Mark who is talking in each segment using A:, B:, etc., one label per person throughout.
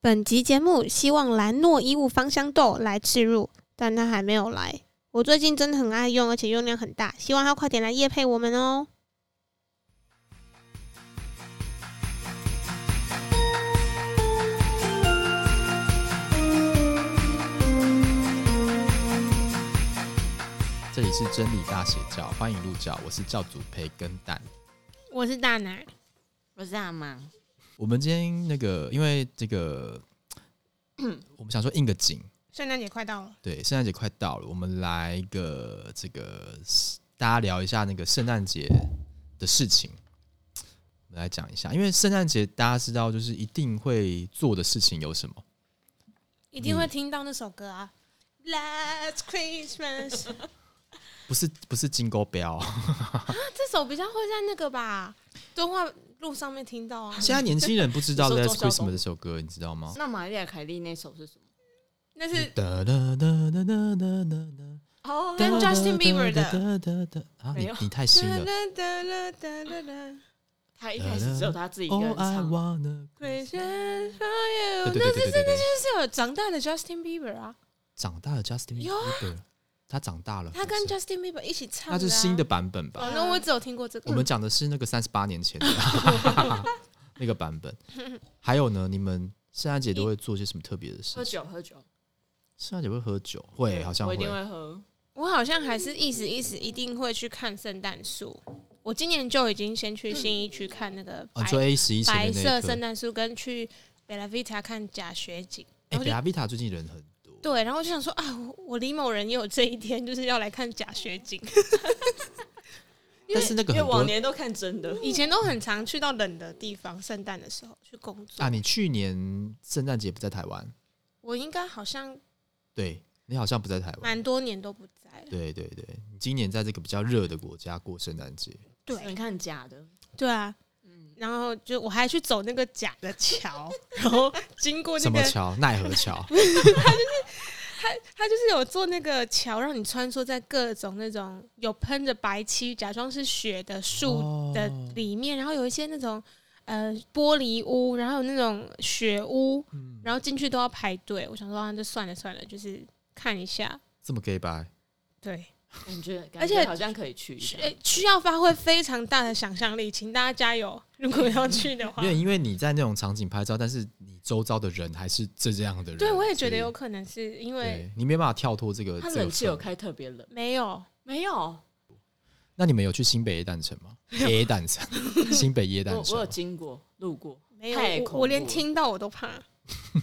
A: 本集节目希望兰诺衣物芳香豆来置入，但它还没有来。我最近真的很爱用，而且用量很大，希望它快点来夜配我们哦。
B: 这里是真理大邪教，欢迎入教，我是教主培根蛋。
A: 我是大奶，
C: 我是阿妈，
B: 我们今天那个，因为这个，我们想说应个景，
A: 圣诞节快到了，
B: 对，圣诞节快到了，我们来一个这个，大家聊一下那个圣诞节的事情。我们来讲一下，因为圣诞节大家知道，就是一定会做的事情有什么？
A: 一定会听到那首歌啊。Last Christmas，
B: 不是不是金钩标，
A: 这首比较会在那个吧敦化路上面听到啊。
B: 现在年轻人不知道
D: 你说
B: Last
D: 周晓东
B: Christmas 这首歌，你知道吗？
C: 那玛丽亚凯莉那首是什么？
A: 那是
B: 哒哒哒哒哒哒哒哒。
C: 哦
A: 跟 Justin Bieber
B: 的啊，
C: 没
B: 你
C: 有
B: 你太新了。
C: 他一开始
B: 呃
C: 只有他自己一个
B: All
C: 人
B: Oh, I
C: 唱，
B: wanna-
A: Christmas for
B: 对
A: you，
B: 对对对对对，
A: 这是有长大的 Justin Bieber 啊，
B: 长大了 Justin
A: 有
B: Bieber，他长大了，
A: 他跟
B: 是不是
A: Justin Bieber 一起唱的、
B: 那
A: 啊，
B: 是新的。版本吧？
A: 哦，那我只有听过这个。
B: 我们讲的是那个三十八年前的 那个版本。还有呢，你们圣诞节都会做些什么特别的事
C: 喝
B: 情？
C: 酒喝酒，
B: 圣诞节会喝酒，会好像
D: 我
B: 会
D: 一。定会喝。
A: 我好像还是意思意思一定会去看圣诞树。我今年就已经先去新一区看那个
B: 哦，
A: 白、
B: 你说 A 十一
A: 白
B: 前的那
A: 色
B: 一颗
A: 圣。诞树，跟去 Bella Vita 看假雪景。
B: 哎，
A: 然
B: 贝
A: 后就
B: 拉维塔最近人很多，
A: 对，然后我就想说啊，我我李某人也有这一天，就是要来看假雪景。
B: 但是那个
D: 因为
B: 很
D: 往
B: 多
D: 年都看真的，
A: 以前都很常去到冷的地方，圣诞的时候去工作。
B: 啊，你去年圣诞节不在台湾，
A: 我应该好像
B: 对你好像不在台湾。
A: 蛮多年都不在了。
B: 对对对，你今年在这个比较热的国家过圣诞节，
A: 对
C: 你看假的，
A: 对啊，
C: 嗯，
A: 然后就我还去走那个假的 桥，然后经过那
B: 什么
A: 个，
B: 桥？奈何 桥？
A: 它就是有做那个桥，让你穿梭在各种那种有喷着白漆、假装是雪的树
B: 哦
A: 的里面，然后有一些那种呃玻璃屋，然后有那种雪屋，
B: 嗯
A: 然后进去都要排队。我想说，啊，就算了算了，就是看一下。
B: 这么 gay 白？
A: 对，
C: 感觉感
A: 而且
C: 觉好像可以去一下
A: 需、。呃需要发挥非常大的想象力，请大家加油！如果要去的 话
B: 因，为因为你在那种场景拍照，但是你周遭的人还是这样的人。
A: 对我也觉得有
B: 所
A: 可能是因
B: 以，
A: 为
B: 对你没办法跳脱这个。
C: 他
B: 这个
C: 冷气有
B: 氛围
C: 开特别冷，
A: 没有。
C: 没有，我
B: 那你们有去新北耶诞城吗？耶诞 城，新北耶诞
C: 我有
B: 城。
C: 经过路过，
A: 没有，
C: 太恐
A: 我
C: 怖
A: 我连
C: 了
A: 听到我 都怕，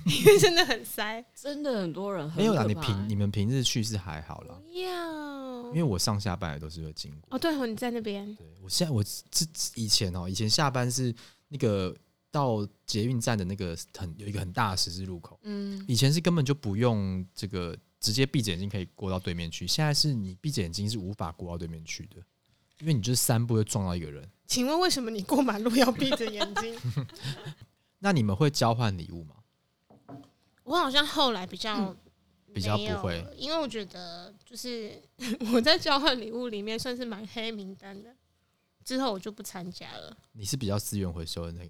A: 因为真的很塞。
C: 真的很多人很
B: 没有啦，
C: 可
B: 你
C: 怕
B: 平你们平日去是还好啦，
A: 不要。
B: 因为我上下班也都是会经过。
A: 哦，对哦，你在那边，
B: 对我现在我之以前哦，以前下班是那个到捷运站的那个很有一个很大的十字路口。
C: 嗯，
B: 以前是根本就不用这个，直接闭着眼睛可以过到对面去。现在是你闭着眼睛是无法过到对面去的，因为你就是三步就撞到一个人。
A: 请问为什么你过马路要闭着眼睛？
B: 那你们会交换礼物吗？
A: 我好像后来比较、
B: 嗯比较
A: 没有
B: 不会
A: 了，因为我觉得就是 我在交换礼物里面算是蛮黑名单的，之后我就不参加了。
B: 你是比较资源回收的那个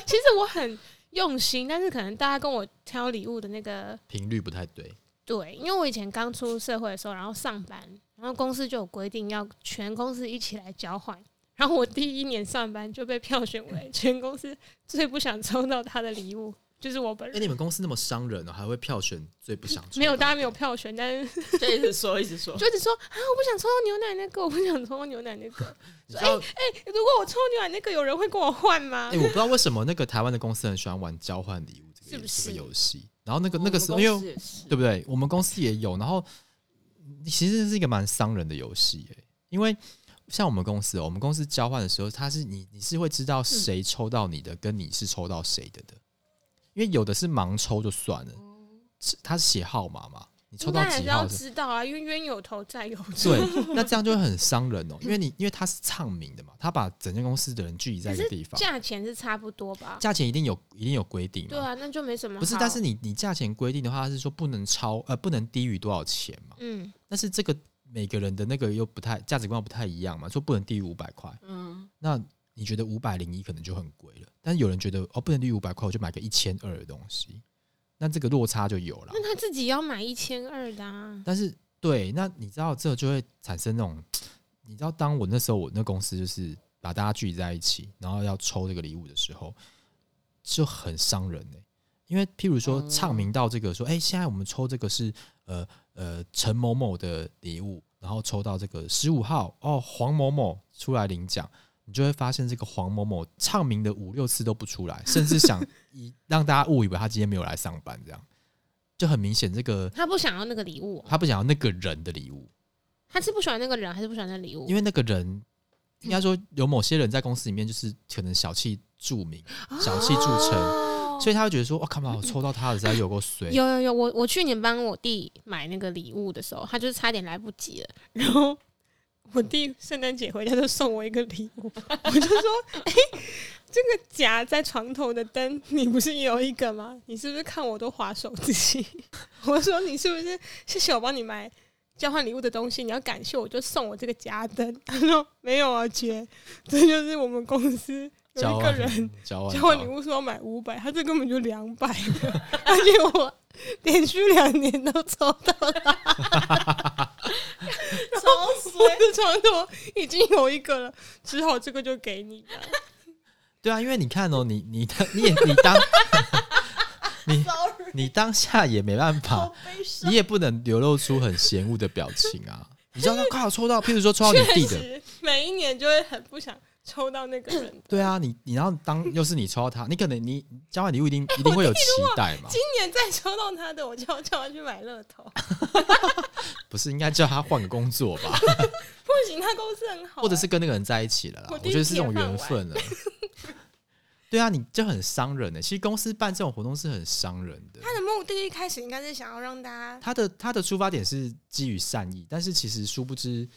A: 其实我很用心，但是可能大家跟我挑礼物的那个
B: 频率不太对，
A: 对，因为我以前刚出社会的时候，然后上班，然后公司就有规定要全公司一起来交换。然后我第一年上班就被票选为全公司最不想抽到他的礼物，就是我本
B: 哎、
A: 人。
B: 你们公司那么伤人哦，还会票选最不想抽
A: 没有，
B: 到
A: 大家没有票选，但是
D: 就一直说一直说，
A: 就一直说啊，我不想抽到牛奶那个， 我不想抽到牛奶那个。
B: 你知道？
A: 如果我抽牛奶那个，有人会跟我换吗
B: 哎、？我不知道为什么那个台湾的公司很喜欢玩交换礼物这个
A: 是不哦
B: 这
A: 是
B: 个游戏。然后 那个那
C: 我
B: 个
C: 们
B: 时候，
C: 公
B: 因为
C: 司也是
B: 对不对？我们公司也有，然后嗯其实是一个蛮伤人的游戏诶，因为像我们公司、哦，我们公司交换的时候，它是你你是会知
A: 嗯
B: 道谁抽到你的，跟你是抽到谁的的，因为有的是盲抽就算了，是它是写号码嘛，你抽
A: 应
B: 到
A: 哦该还是
B: 几
A: 要
B: 号是？
A: 知道啊，因为冤有头债有 主。
B: 对，那这样就会很伤人哦，因为你因为它是唱名的嘛，他把整间公司的人聚集在一个地方，
A: 价钱是差不多吧？
B: 价钱一定有一定有规定嘛，
A: 对啊，那就没什么好。
B: 不是，但是你你价钱规定的话，它是说不能超呃不能低于多少钱嘛，
A: 嗯，
B: 但是这个每个人的那个又不太价值观不太一样嘛，说不能低于五百块。
C: 嗯，
B: 那你觉得五百零一可能就很贵了，但是有人觉得哦，不能低于五百块，我就买个一千二的东西，那这个落差就有了。
A: 那他自己要买一千二的啊，
B: 但是对，那你知道这就会产生那种，你知道，当我那时候我那公司就是把大家聚集在一起，然后要抽这个礼物的时候，就很伤人呢、因为譬如说
C: 哦
B: 唱名到这个说，哎、现在我们抽这个是呃呃陈某某的礼物，然后抽到这个十五号哦黄某某出来领奖。你就会发现，这个黄某某唱名的五六次都不出来，甚至想以 让大家误以为他今天没有来上班，这样就很明显。这个
A: 他不想要那个礼物哦、
B: 他不想要那个人的礼物，
A: 他是不喜欢那个人，还是不喜欢那个礼物？
B: 因为那个人应该说有某些人在公司里面就是可能小气著名，小气著称，
C: 哦
B: 所以他会觉得说：“我靠嘛，我抽到他的实在有够衰。”
A: 有有有，我我去年帮我弟买那个礼物的时候，他就是差点来不及了，然后。我弟圣诞节回家就送我一个礼物，我就说：“哎、这个夹在床头的灯，你不是也有一个吗？你是不是看我都划手机？” 我说：“你是不是谢谢我帮你买交换礼物的东西？你要感谢我，就送我这个夹灯。”他说：“没有啊，姐，这就是我们公司有
B: 交
A: 一个
B: 换
A: 人
B: 交换
A: 交换礼
B: 物，
A: 物说要买五百，他这根本就两百，而且我连续两年都抽到了，
D: 超
A: 我的床头已经有一个了，只好这个就给你了。
B: 哦对啊，因为你看哦，你你的你也你当你你当下也没办法，
D: 悲伤。
B: 你也不能流露出很嫌恶的表情啊。你知道他靠抽到，譬如说抽到你弟 的，
A: 实，每一年就会很不想抽到那个人。
B: 对啊，你你然后当又是你抽到他，你可能你交换礼物一定一定会有期待嘛，
A: 今年再抽到他的，我就要叫他去买乐 透。
B: 不是应该叫他换个工作 吧？
A: 不行，他公司很好、啊
B: 或者是跟那个人在一起了啦。
A: 我
B: 我
A: 第一
B: 觉得是这
A: 天
B: 种
A: 放
B: 缘
A: 完
B: 分了。 对啊，你就很伤人的、其实公司办这种活动是很伤人的。
A: 他的目的一开始应该是想要让大家。
B: 他的他的出发点是基于善意，但是其实殊不知，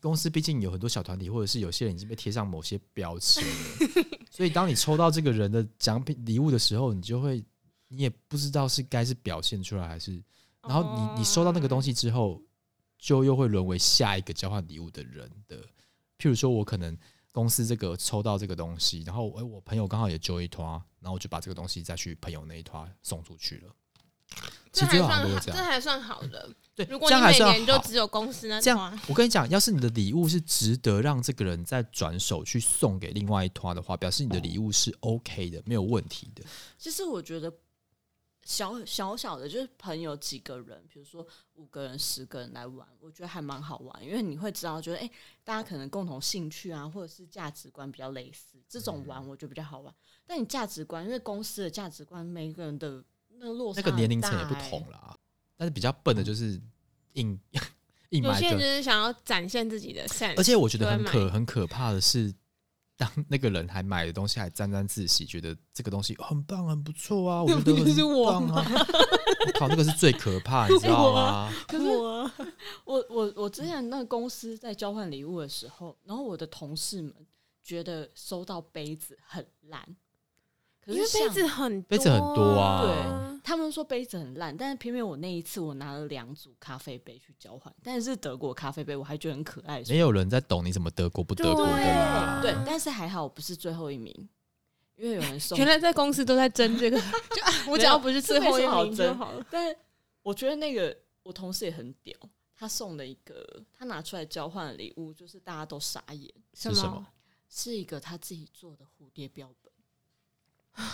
B: 公司毕竟有很多小团体，或者是有些人已经被贴上某些标签了。 所以当你抽到这个人的奖品礼物的时候，你就会你也不知道是该是表现出来还是，然后
A: 哦
B: 你、你收到那个东
A: 西，
B: 西之后，就又会沦为下一个交换礼物的人的。譬如说，我可能公司这个抽到这个东西，然后我、诶我朋友刚好也揪一团，然后我就把这个东西再去朋友那一团送出去了。其
A: 这
B: 实
A: 还
B: 最好像都
A: 算好，
B: 是这
A: 这
B: 样，
A: 还算好的。
B: 对，
A: 如果
B: 这样
A: 你
B: 还
A: 每
B: 算
A: 年就
B: 好
A: 只有公司那
B: 这
A: 团
B: 样，我跟你讲，要是你的礼物是值得让这个人再转手去送给另外一团的话，表示你的礼物是 OK 的，没有问题的。
C: 其实我觉得小小小的，就是朋友几个人，比如说五个人、十个人来玩，我觉得还蛮好玩，因为你会知道，就是哎、诶大家可能共同兴趣啊，或者是价值观比较类似，这种玩
B: 嗯
C: 我觉得比较好玩。但你价值观，因为公司的价值观，每个人的那落差
B: 那个年龄层也
C: 很
B: 不
C: 大欸
B: 同
C: 诶。
B: 啦，但是比较笨的就是硬硬
A: 有
B: 买
A: 些
B: 一
A: 人
B: 个
A: 就是想要展现自己的 sense，
B: 而且我觉得很
A: 就会
B: 可很可怕的是，当那个人还买的东西还沾沾自喜，觉得这个东西、哦很棒、很不错啊，我觉得
A: 不就是
B: 很
A: 我
B: 棒啊。我靠，那个是最可怕，你知道 吗？
C: 可是
A: 哦
C: 我我我之前那个公司在交换礼物的时候，然后我的同事们觉得收到杯子很烂，可
A: 因
C: 是
A: 为杯
C: 像
A: 子很
B: 杯子很多
A: 啊，
B: 啊
C: 他们说杯子很烂，但是偏偏我那一次我拿了两组咖啡杯去交换，但是德国咖啡杯我还觉得很可爱，所以
B: 没有人在懂你怎么德国不德国的
A: 啊
B: 啦。
C: 对，但是还好我不是最后一名，因为有人 送
A: 原。来在公司都在争 这个，就啊，我只要不是最后一名
C: 这没什
A: 就
C: 么
A: 好了。
C: 但我觉得那个我同事也很屌，他送了一个他拿出来交换的礼物，就是大家都傻眼，
B: 是什么？？
C: 是一个他自己做的蝴蝶标本。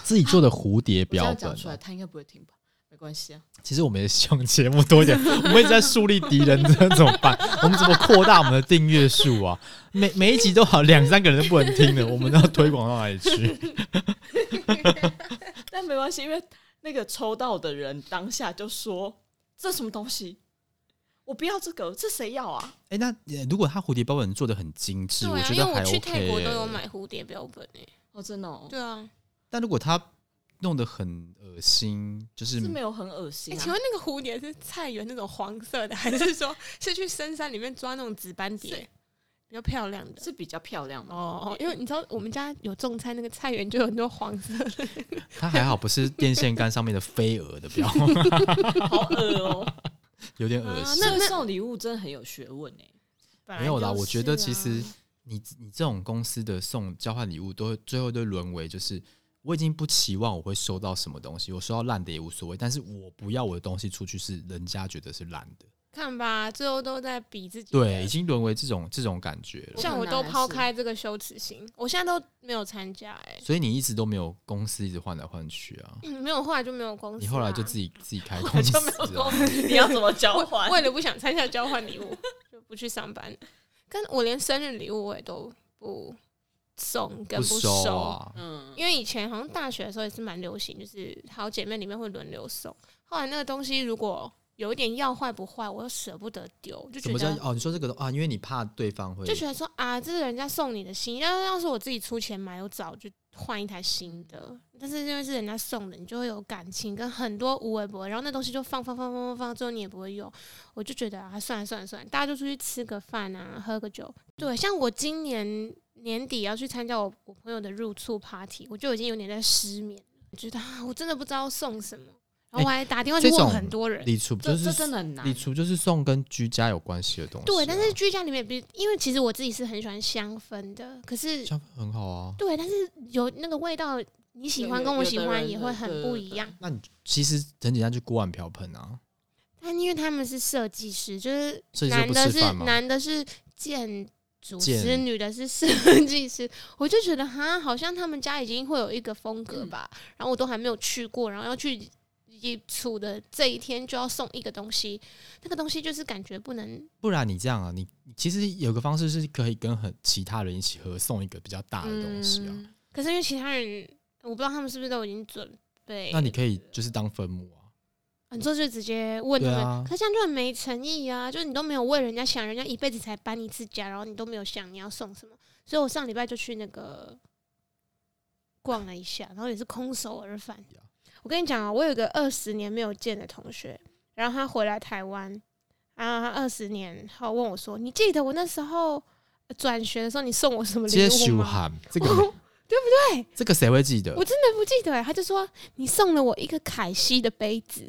B: 自己做的蝴蝶
C: 我这
B: 标
C: 样
B: 本
C: 讲出来，
B: 哦。
C: 他应该不会听吧？没关系啊，
B: 其实我们也希望节目多一点， 我们一直在树立敌人， 这怎么办？我们怎么扩大我们的订阅数啊？每每一集都好两三个人都不能听的，我们要推广到哪里去？
C: 但没关系，因为那个抽到的人当下就说：“这什么东西？我不要这个，这谁要啊
B: 哎、那呃如果他蝴蝶标本做的很精致，
A: 对啊，
B: 觉
A: 因为
B: 得
A: 我
B: 还 OK、
A: 去泰国都有
B: 欸
A: 买蝴蝶标本欸诶、？”
C: 哦，真的哦，
A: 对啊，
B: 但如果他弄得很恶心，就是
C: 是没有很恶心、
A: 哎、
C: 啊
A: 请问那个蝴蝶是菜园那种黄色的，还是说是去深山里面抓那种紫斑蝶
C: 是
A: 比较漂亮的？
C: 是比较漂亮吗？
A: 哦，因为你知道我们家有种菜，那个菜园就有很多黄色的，
B: 他还好不是电线杆上面的飞蛾的 标，
C: 好恶哦、
B: 有点恶心。
A: 啊那
C: 那送礼物真的很有学问哎、
A: 啊
B: 没有啦，我觉得其实你你这种公司的送交换礼物，都会最后都沦为就是我已经不期望我会收到什么东西，我收到烂的也无所谓，但是我不要我的东西出去是人家觉得是烂的，
A: 看吧，最后都在比自己。
B: 对，已，经沦为这种这种感觉了。
A: 像我都抛开这个羞耻心，我现在都没有参加、欸，
B: 所以你一直都没有公司一直换来换去啊，
A: 哎，没有，后来就没有公司啊、
B: 你后来就自己自己开公 司
D: 就
B: 啊
D: 没有
B: 了
D: 公。司，你要怎么 交换？
A: 为了不想参加交换礼物，就不去上班。跟我连生日礼物我也都不送，跟
B: 不
A: 收，
B: 收啊！
D: 嗯，
A: 因为以前好像大学的时候也是蛮流行，就是好姐妹里面会轮流送。后来那个东西如果有一点要坏不坏，我又舍不得丢，就
B: 什
A: 觉
B: 么叫
A: 得
B: 哦？你说这个东啊，因为你怕对方会
A: 就觉得说啊，这是人家送你的心，要要是我自己出钱买，我早就换一台新的。但是因为是人家送的，你就会有感情跟很多无微不微，然后那东西就放放放放放放，最后你也不会用。我就觉得啊，算了算了算了，大家就出去吃个饭啊，喝个酒。对，像我今年年底要去参加我我朋友的入厝 party，我就已经有点在失眠了，觉得啊，我真的不知道送什么。然后我还打电话去
B: 哎这
A: 问
B: 种
A: 很多人，
B: 礼厨就
C: 这这
B: 是
C: 真的很难
B: 礼。厨就是送跟居家有关系的东西啊、
A: 对，但是居家里面，比因为其实我自己是很喜欢香氛的，可是
B: 香氛很好啊。
A: 对，但是有那个味道，你喜欢跟我喜欢也会很不一样。
B: 那你其实很简单，就锅碗瓢盆啊。
A: 但因为他们是设计师，就是
B: 设计师
A: 男
B: 不
A: 的
B: 吃
A: 是
B: 饭吗
A: 男的是建筑师，
B: 建
A: 女的是设计师，我就觉得哈，好像他们家已经会有一个风格吧。然后我都还没有去过，然后要去一处的这一天就要送一个东西，那个东西就是感觉不能
B: 不然你这样啊，你你其实有个方式是可以跟很其他人一起合送一个比较大的东西啊。
C: 嗯
A: 可是因为其他人，我不知道他们是不是都已经准备。
B: 那你可以就是当分母啊。
A: 你后就直接问他
B: 对
A: 们，
B: 啊
A: 可这样就很没诚意啊！就是你都没有为人家想，人家一辈子才搬一次家，然后你都没有想你要送什么。所以我上礼拜就去那个逛了一下，然后也是空手而返。我跟你讲啊，我有一个二十年没有见的同学，然后他回来台湾，然后他二十年后问我说：“你记得我那时候呃转学的时候，你送我什么礼
B: 接
A: 物
B: 修
A: 吗哦
B: 函这个
A: 对
B: 不对？这个谁会记得？
A: 我
B: 我
A: 真的不记得欸。”他就说：“你送了我一个凯西的杯子。”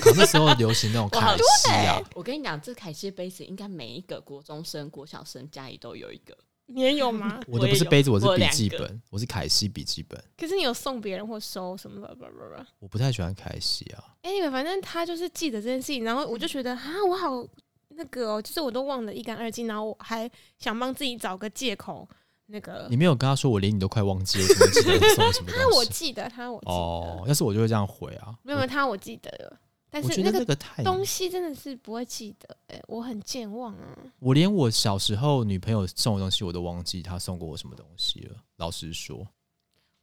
B: 靠那时候流行 那种凯西啊，
C: 我跟你讲，这凯西杯子应该每一个国中生、国小生家里都有一个。
A: 你也有吗？
B: 我的不是杯子，我
D: 我也有
B: 是笔记
D: 我有
B: 本，我是凯西笔记本。
A: 可是你有送别人或收什么吧吧吧吧。
B: 我不太喜欢凯西啊，
A: Anyway，反正他就是记得这件事情，然后我就觉得啊，我好那个哦，就是我都忘得一干二净，然后我还想帮自己找个借口，那个
B: 你没有跟他说，我连你都快忘记了，我怎么记得你送什么
A: 他
B: 东
A: 我
B: 西？
A: 记得，他我记得，
B: 哦，要是我就会这样回啊。
A: 没有没有他我记得了，但
B: 我
A: 是
B: 觉
A: 那
B: 得
A: 个
B: 那个太
A: 东西真的是不会记得，哎、我很健忘啊。
B: 我连我小时候女朋友送的东西我都忘记她送过我什么东西了。老实说，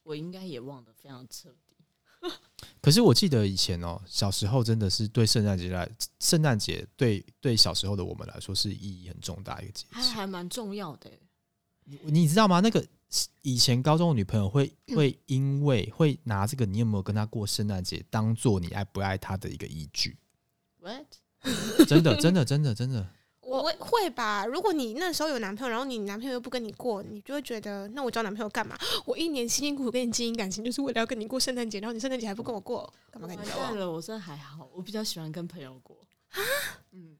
C: 我应该也忘得非常彻底。
B: 可是我记得以前哦，小时候真的是对圣诞节来，圣诞节对对小时候的我们来说是意义很重大一个节
C: 还
B: 庆。
C: 还蛮重要的欸、
B: 你你知道吗？那个以前高中的女朋友会会因为会拿这个你有没有跟她过圣诞节当做你爱不爱她的一个依据，
C: What？
B: 真的真的真的真的。
A: 我会会吧，如果你那时候有男朋友，然后你男朋友又不跟你过，你就会觉得，那我交男朋友干嘛？我一年辛辛苦苦跟你经营感情，就是为了要跟你过圣诞节，然后你圣诞节还不跟我过，干嘛跟
C: 完
A: 你 Oh 交啊往
C: 蛋？了，我真的还好，我比较喜欢跟朋友过。嗯，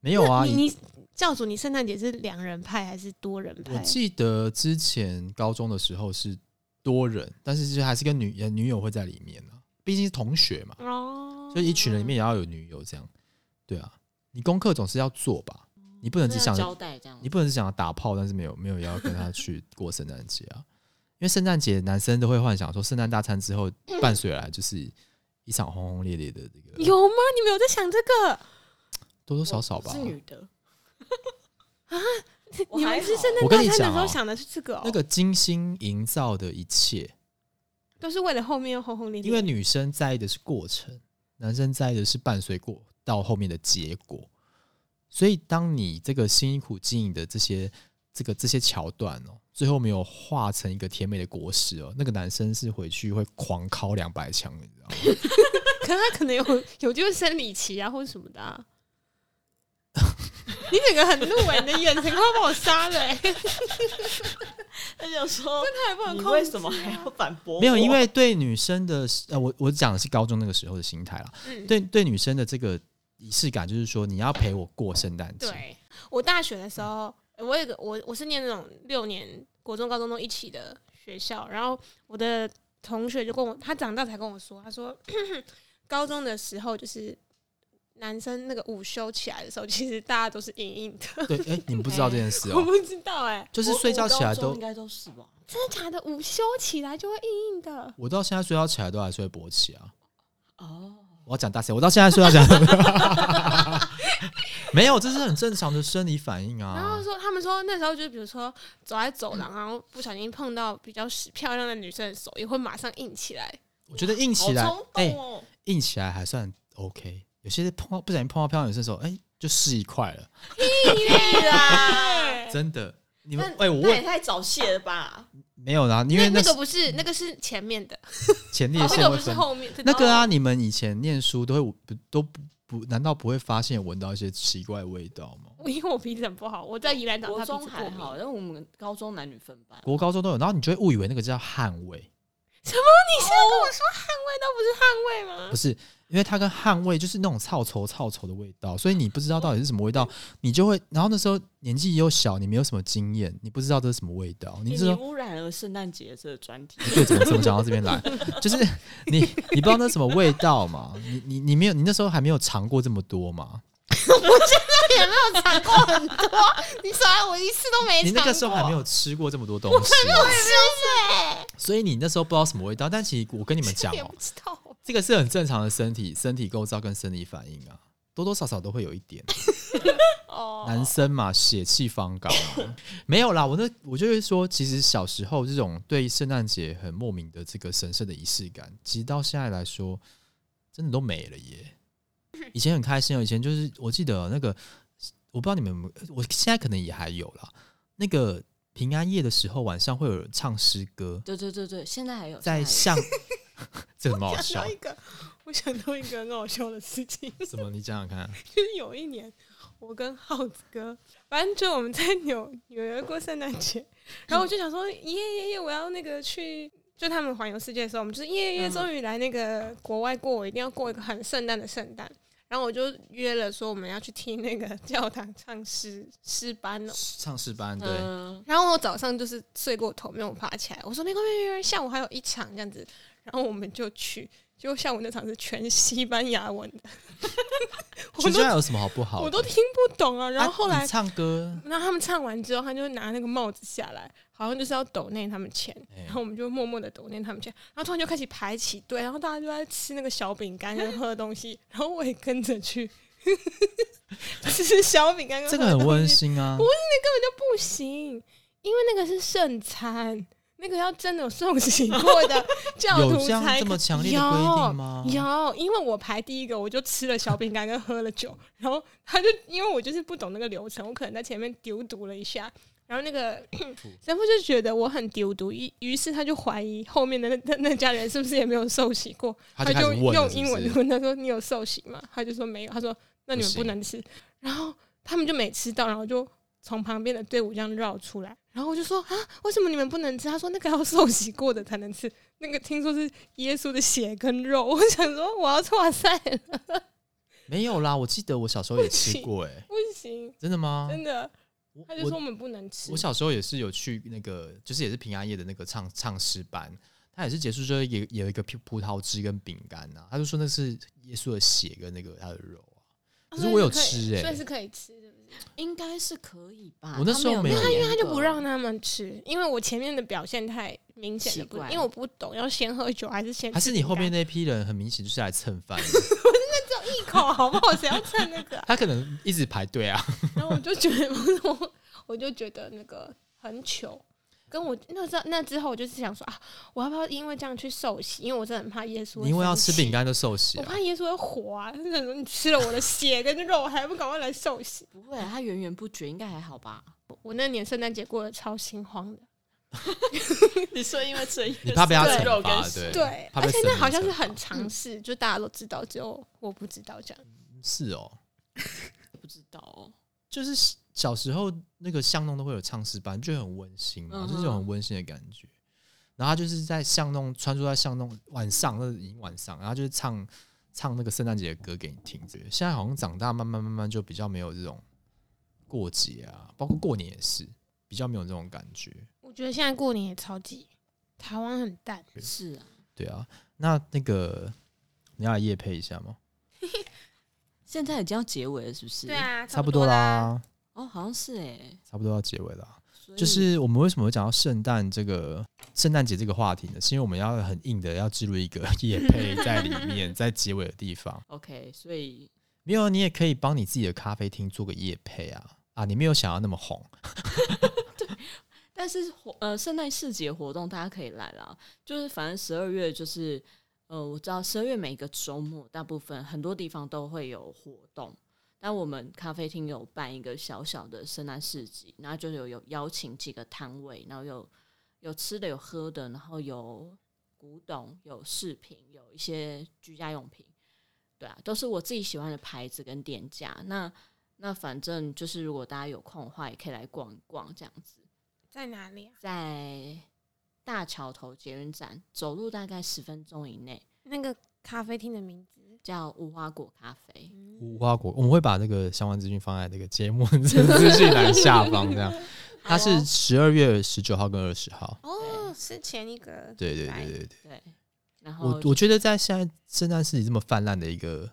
B: 没有啊，
A: 你
B: 以
A: 你教主，你圣诞节是两人派还是多人
B: 我
A: 派？
B: 记得之前高中的时候是多人，但是就是还是跟女呃女友会在里面啊，毕竟是同学嘛，
A: 哦
B: 所以一群人里面也要有女友这样。对啊，你功课总是要做吧，你不能只
C: 那要
B: 想着
C: 交代这样
B: 你。不能只想着打炮，但是没有没有要跟他去过圣诞节啊，因为圣诞节男生都会幻想说圣诞大餐之后伴随而来就是一场轰轰烈烈的这个
A: 有吗？你没有在想这个？
B: 多多少少吧
C: 我。是女的，我
A: 你
C: 还
A: 们
C: 好
A: 是圣
B: 我跟
A: 诞大
B: 你
A: 餐的
B: 讲
A: 时候
B: 哦
A: 想的是这个、哦，
B: 那个精心营造的一切，
A: 都是为了后面轰轰烈烈。
B: 因为女生在意的是过程，男生在意的是伴随过到后面的结果。所以，当你这个辛苦经营的这些、这个这些桥段哦，最后没有化成一个甜美的果实哦，那个男生是回去会狂敲两百枪，你知道吗？
A: 可能他可能有有就是生理期啊，或者什么的、啊。 你整个很入围，你的眼神快要把我杀了、欸，
D: 他就说
A: 太不能
D: 你
A: 控制、
D: 为什么
C: 啊
D: 还要反
C: 哦
D: 驳我？
B: 没有，因为对女生的呃，我我讲的是高中那个时候的心态啦。
A: 嗯
B: 对对，女生的这个仪式感就是说，你要陪我过圣诞节。
A: 对，我大学的时候，我有一个我我是念那种六年国中、高中都一起的学校，然后我的同学就跟我，他长大才跟我说，他说 高中的时候就是男生那个午休起来的时候，其实大家都是硬硬的，
B: 对，哎、你们不知道这件事 哦、
A: 我不知道哎、
B: 就是睡觉起来
C: 我我高中
B: 都
C: 应，该都是吧？
A: 真的假的？午休起来就会硬硬的，
B: 我到现在睡觉起来都还是会勃起啊。
C: 哦，
B: 我要讲大声，我到现在睡觉起来， 没有，这是很正常的生理反应
A: 然后
B: 啊。
A: 说，他们说那时候就比如说走在走廊，然后不小心碰到比较漂亮的女生的手，也会马上硬起来。
B: 我觉得硬
D: 好
B: 起来
D: 冲，
B: 哎、
D: 动 哦！
B: 硬起来还算 OK。有些碰到不小心碰到漂亮女生的时候，哎、就试一块了，
D: 对啦，
A: 对，
B: 真的。你们
D: 那
B: 哎、我
D: 那也
B: 问
D: 太早泄了吧？
B: 没有啦，因
A: 那
B: 为
A: 那
B: 那
A: 个
B: 是
A: 不是那个是前面的，
B: 前列
A: 那
B: 腺
A: 个
B: 会
A: 不是
B: 分。
A: 后面哦
B: 那个啊，，你们以前念书都会不都不不，难道不会发现闻到一些奇怪的味道吗？
A: 哦因为我鼻子很不好，我在宜兰长
C: 国
A: 大，
C: 中还好，，但我们高中男女分班，
B: 国高中都有，然后你就会误以为那个叫汗味，
A: 你现在跟
B: 哦
A: 我说汗味，那不是汗味吗
B: 不？是，因为它跟汗味就是那种臭臭臭臭的味道，所以你不知道到底是什么味道，你就会，然后那时候年纪又小，你没有什么经验，你不知道这是什么味道，你
C: 哎你
B: 知道。
C: 污染了圣诞节这个专 题。
B: 对，怎么怎么讲到这边来？ 就是你，你不知道那是什么味道嘛？你你你没有，你那时候还没有尝过这么多 嘛？
A: 也没有尝过很多，你少来我一次都没
B: 你
A: 尝
B: 那
A: 过。
B: 个时候还没有吃过这么多东西，所以你那时候不知道什么味道。但其实我跟你们讲
A: 也
B: 哦
A: 不，知道，
B: 这个是很正常的身体身体构造跟生理反应啊，多多少少都会有一点。
A: 哦
B: 男生嘛，血气方刚啊嘛，没有啦。我那我就会说，其实小时候这种对圣诞节很莫名的这个神圣的仪式感，其实到现在来说，真的都没了耶。以前很开心哦，以前就是我记得那个，我不知道你们有没有，我现在可能也还有啦。那个平安夜的时候，晚上会有人唱诗歌，
C: 对对对对，现在还有
B: 在
C: 现
B: 巷，这很好
A: 想
B: 笑
A: 到一。个，我想到一个很好笑的事情。
B: 什么？你想想看，
A: 就是有一年，我跟耗子哥，反正就我们在纽纽约过圣诞节，然后我就想说，耶耶耶，我要那个去，就他们环游世界的时候，我们就是耶耶耶，
C: 嗯
A: 终于来那个国外过，我一定要过一个很圣诞的圣诞。然后我就约了说我们要去听那个教堂唱诗诗班哦，
B: 唱诗班
C: 在
B: 对。
C: 有嗯
A: 然后我早上就是睡过头，没有爬起来。我说没关系，没关系，下午还有一场这样子。然后我们就去，结果下午那场是全西班牙文的，我
B: 学
A: 都
B: 校有什么好不好的？
A: 我都听不懂啊。然后后
B: 啊
A: 来
B: 你，唱歌，
A: 然后他们唱完之后，他就拿那个帽子下来，好像就是要抖内他们钱。
B: 哎
A: 然 后我们就默默的抖内他们钱，然后突然就开始排起队，然后大家就在吃那个小饼干跟喝 东西，然后我也跟着去 吃小饼干跟
B: 这
A: 喝
B: 个很
A: 东
B: 温
A: 西
B: 馨 啊
A: 不。不行，因为那个是圣餐，那个要真的有受洗过的 教
B: 有
A: 徒
B: 这样
A: 才
B: 这么
A: 可
B: 强烈的规定吗
A: 有有，因为我排第一个，我就吃了小饼干跟喝了酒，然后他就因为我就是不懂那个流程，我可能在前面丢毒了一下。然后那个
B: 嗯
A: 神父就觉得我很丢毒，于于是他就怀疑后面的那那那家人是不是也没有受洗过，
B: 他
A: 他
B: 开始
A: 就
B: 问了
A: 用
B: 是不
A: 英文
B: 是
A: 问他说：“你有受洗吗？”他就说没有。他说：“那你们
B: 不行
A: 不能吃。”然后他们就没吃到，然后就从旁边的队伍这样绕出来。然后我就说：“啊，为什么你们不能吃？”他说：“那个要受洗过的才能吃，那个听说是耶稣的血跟肉。”我想说我要哇塞，
B: 没有啦，我记得我小时候也吃
A: 行
B: 过，哎，
A: 不行，
B: 真的吗？
A: 真的。
B: 我
A: 他就啊说我
B: 我
A: 们不能吃
B: 我。小时候也是有去那个，就是也是平安夜的那个唱唱诗班，他也是结束之后也也有一个葡葡萄汁跟饼干呐，他就说那是耶稣的血跟那个他的肉啊。可是我有吃
A: 所以
B: 哎
A: 是，可以吃，欸是不是？
C: 应该是可以吧？
B: 我那时候
C: 他
B: 没有
C: 欸那么
B: 因
A: 他
C: 严
A: 就
C: 格啊
A: 不让他们吃，因为我前面的表现太明显
C: 奇
A: 了，不
C: 怪
A: 因为我不懂要先喝酒还是先吃
B: 还是你后
A: 饼
B: 面
A: 干
B: 那批人很明显就是来蹭饭的，
A: 一口好不好？谁要蹭那个啊、
B: 他可能一直排队 啊。
A: 然后我就觉得， 我我就觉得那个很糗。跟我那之那之后，我就是想说啊，我要不要因为这样去受洗？因为我真的很怕耶稣，
B: 你因为要吃饼，干就受洗
A: 我
B: 啊
A: 怕，耶稣会火啊！那种你吃了我的血跟肉，还不赶快来受洗？
C: 不会，他源源不绝，应该还好吧？
A: 我那年圣诞节过得超心慌的，
D: 你说因为这一个
B: 你怕被他
D: 是肉跟
B: 惩罚，
D: 血
B: 对啊
A: 对，
B: 怕被
A: 而且
B: 神
A: 那
B: 明
A: 好像
B: 惩
A: 是
B: 罚嗯
A: 很常识，就大家都知道，只有我不知道这样。
B: 是哦。
C: 不知道哦。
B: 就是小时候那个巷弄都会有唱诗班，就很温馨嘛，
C: 嗯哼
B: 就是有很温馨的感觉。然后他就是在巷弄穿梭在巷弄，晚上那已经晚上，然后就是唱唱那个圣诞节的歌给你听。现在好像长大，慢慢慢慢就比较没有这种过节啊，包括过年也是比较没有这种感觉。
A: 我觉得现在过年也超级，台湾很淡，
C: 是啊，
B: 对啊，那那个你要来夜配一下吗？
C: 现在已经要结尾了，是不是？
A: 对，啊，
B: 差
A: 不
B: 不多
A: 啦。
B: 啦，
C: 哦，好像是哎，
B: 差不多要结尾啦。
C: 所以
B: 就是我们为什么会讲到圣诞这个圣诞节这个话题呢？是因为我们要很硬的要置入一个 夜配在里 面，在结尾的地方。
C: OK，所以
B: 没有，啊你也可以帮你自己的咖啡厅做个夜配啊啊！你没有想要那么红，
C: 但是活呃，圣诞市集的活动大家可以来啦。就是反正十二月就是呃，我知道十二月每个周末大部分很多地方都会有活动。但我们咖啡厅有办一个小小的圣诞市集，然后就有有邀请几个摊位，然后有有吃的有喝的，然后有古董、有饰品、有一些居家用品，对啊，都是我自己喜欢的牌子跟店家。那那反正就是如果大家有空的话，也可以来逛一逛这样子。
A: 在哪里啊？
C: 在大桥头捷运站，走路大概十分钟以内，
A: 那个咖啡厅的名字，
C: 叫无花果咖啡。
B: 无花果，我们会把这个相关资讯放在这个节目的 资讯栏下方，这样。它
C: 好
B: 是
C: 哦
B: 十二月十九号跟二十号，
A: 哦，是前一个。
B: 对对
A: 白
B: 对对对。
C: 对，然后
B: 我我觉得在现在圣诞市集这么泛滥的一个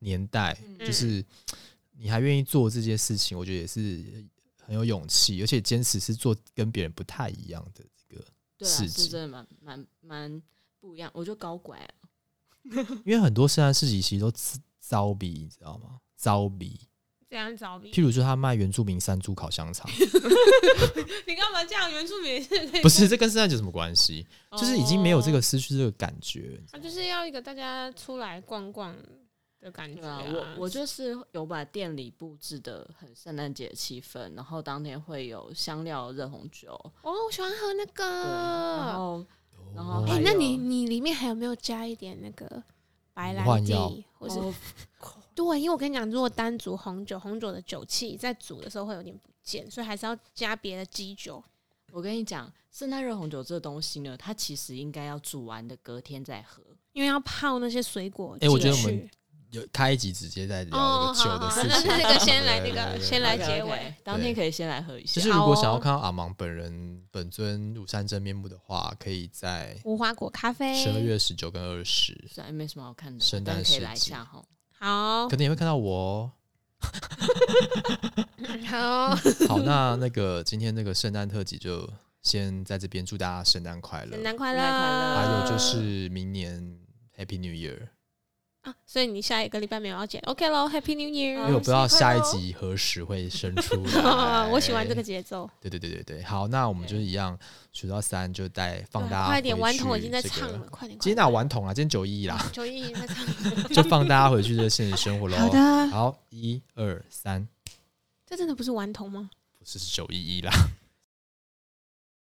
B: 年代，
C: 啊
A: 嗯
B: 就是你还愿意做这件事情，我觉得也是很有勇气，而且坚持是做跟别人不太一样的这个，
C: 对啊，
B: 市
C: 是
B: 集
C: 真的蛮蛮蛮不一样，我就高拐了。
A: 嗯
B: 因为很多圣诞市集其实都自糟逼，你知道吗？糟逼，
A: 这样找比
B: 譬如说他卖原住民山猪烤香 肠，
A: 你干嘛这样？原住民是
B: 不是这跟圣诞节有什么关系？就是已经没有这
C: 哦
B: 个失去这个感觉。
A: 他就是要一个大家出来逛逛的感觉、
C: 对啊，我我就是有把店里布置的很圣诞节气氛，然后当天会有香料热红酒，
A: 哦，我喜欢喝那
C: 对，然
A: 个。
C: 后然后
B: 哦
A: 哎、
C: 还
A: 那
C: 有
A: 你你里面还有没有加一点那个白兰
B: 换药
A: 地，或
C: 哦
A: 是、对？因为我跟你讲，如果单煮红酒，红酒的酒气在煮的时候会有点不见，所以还是要加别的基酒。
C: 我跟你讲，圣诞热红酒这东西呢，它其实应该要煮完的隔天再喝。
A: 因为要泡那些水果进
B: 哎
A: 去。
B: 我觉得我们有开一集直接在聊
A: 哦，
B: 这个酒
A: 好好
B: 的
A: 好，
B: 事
A: 那
B: 情，
A: 那个先来那
B: 对对
A: 个
B: 对
A: 先来结
C: OK，OK，
A: 尾。
C: 当天可以先来喝一下。
B: 就是如果
A: 好哦
B: 想要看到阿芒本人本尊庐山真面目的话，可以在
A: 无花果咖啡，
B: 十二月十九跟二十，
C: 虽然没什么好看的，
B: 圣诞
C: 但可以
B: 市
C: 来一
B: 集
C: 下哈。
A: 好
B: 可能也会看到我哦。
A: 好，
B: 好，那那个今天这个圣诞特辑就先在这边祝大家圣诞快乐
A: 圣，诞快
C: 圣诞快
A: 乐。
C: 乐
B: 还有就是明年 Happy New Year，
A: 啊，所以你下一个礼拜没有要剪，OK 喽，Happy New
B: 因
A: Year
B: 为我不知道
C: 新年
B: 下一
C: 快乐哦
B: 集何时会生 出
A: 哦。
B: 来。
A: 我喜欢这个节奏，
B: 对对对对对，好，那我们就是一样，数到三就带放大家、
A: 对快点，顽童已经在唱了，。快点，
B: 今天
A: 快
B: 哪
A: 点
B: 顽童啊？今天九一 啦，
A: 九一已经在唱了。
B: 就放大家回去的现实生活喽。
A: 好的，
B: 好，一二三，
A: 这真的不是顽童吗？
B: 不是九一一啦。